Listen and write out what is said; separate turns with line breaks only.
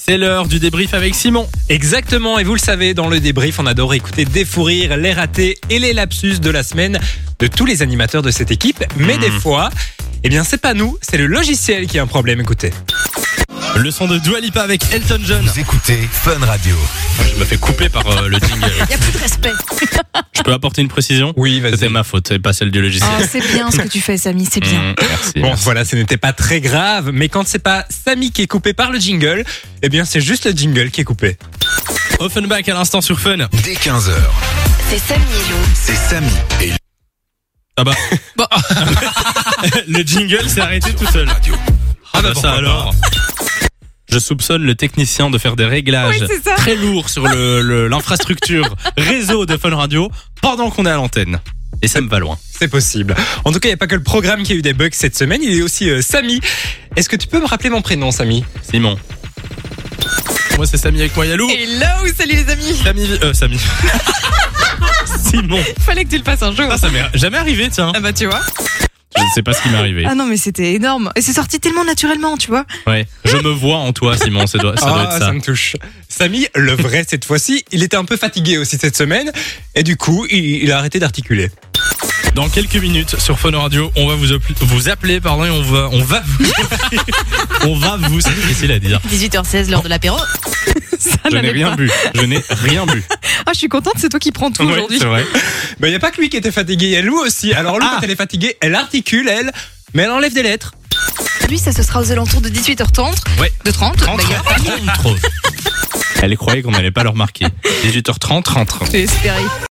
C'est l'heure du débrief avec Simon.
Exactement, et vous le savez, dans le débrief, on adore écouter des fous rires, les ratés et les lapsus de la semaine de tous les animateurs de cette équipe. Mais
Mmh.
des fois, eh bien, c'est pas nous, c'est le logiciel qui a un problème. Écoutez.
Le son de Dua Lipa avec Elton John.
Vous écoutez Fun Radio.
Je me fais couper par euh, le jingle.
Il a plus de respect.
Je peux apporter une précision
Oui,
C'était ma faute, c'est pas celle du logiciel.
Oh, c'est bien ce que tu fais, Samy, c'est
Ah.
bien.
Mmh, merci.
Bon,
merci.
voilà, ce n'était pas très grave, mais quand c'est pas Samy qui est coupé par le jingle, eh bien, c'est juste le jingle qui est coupé.
Offenbach à l'instant sur Fun.
Dès 15h,
C'est Samy et Lou.
c'est Samy et Lou
Ah bah. le jingle s'est arrêté tout seul. Ah bah ça alors. Je soupçonne le technicien de faire des réglages
Oui, c'est ça.
très lourds sur le- le- l'infrastructure réseau de Fun Radio pendant qu'on est à l'antenne. Et ça me va loin.
C'est possible. En tout cas, il n'y a pas que le programme qui a eu des bugs cette semaine, il y a aussi euh, Samy. Est-ce que tu peux me rappeler mon prénom, Samy
Simon. Moi c'est Samy avec moi Yalou.
Hello, salut les amis.
Samy. Euh, Samy. Simon. Ah,
Fallait que tu le passes un jour.
Ça, ça m'est jamais arrivé, tiens.
Ah bah tu vois.
Je ne sais pas ce qui m'est arrivé.
Ah non, mais c'était énorme. Et c'est sorti tellement naturellement, tu vois.
Ouais. Je me vois en toi, Simon. Ça doit, ça doit être
Ah,
ça.
me touche. Samy, le vrai cette fois-ci, il était un peu fatigué aussi cette semaine, et du coup, il, il a arrêté d'articuler.
Dans quelques minutes sur Fun Radio, on va vous, appel- vous appeler, pardon, et on va, on va vous, on va vous, c'est difficile à dire.
18h16, l'heure de l'apéro. Ça
Je n'ai
n'allait
rien
pas.
bu, je n'ai rien bu.
Ah, je suis contente, c'est toi qui prends tout
Ouais,
aujourd'hui.
c'est vrai.
Mais Ben, il n'y a pas que lui qui était fatigué, il y a Lou aussi. Alors
Ah.
Lou, quand elle est fatiguée, elle articule, elle, mais elle enlève des lettres.
Aujourd'hui, ça se sera aux alentours de 18h30.
Ouais.
De 30, d'ailleurs.
30. Elle croyait qu'on n'allait pas le remarquer. 18h30, 30.
J'ai espéré.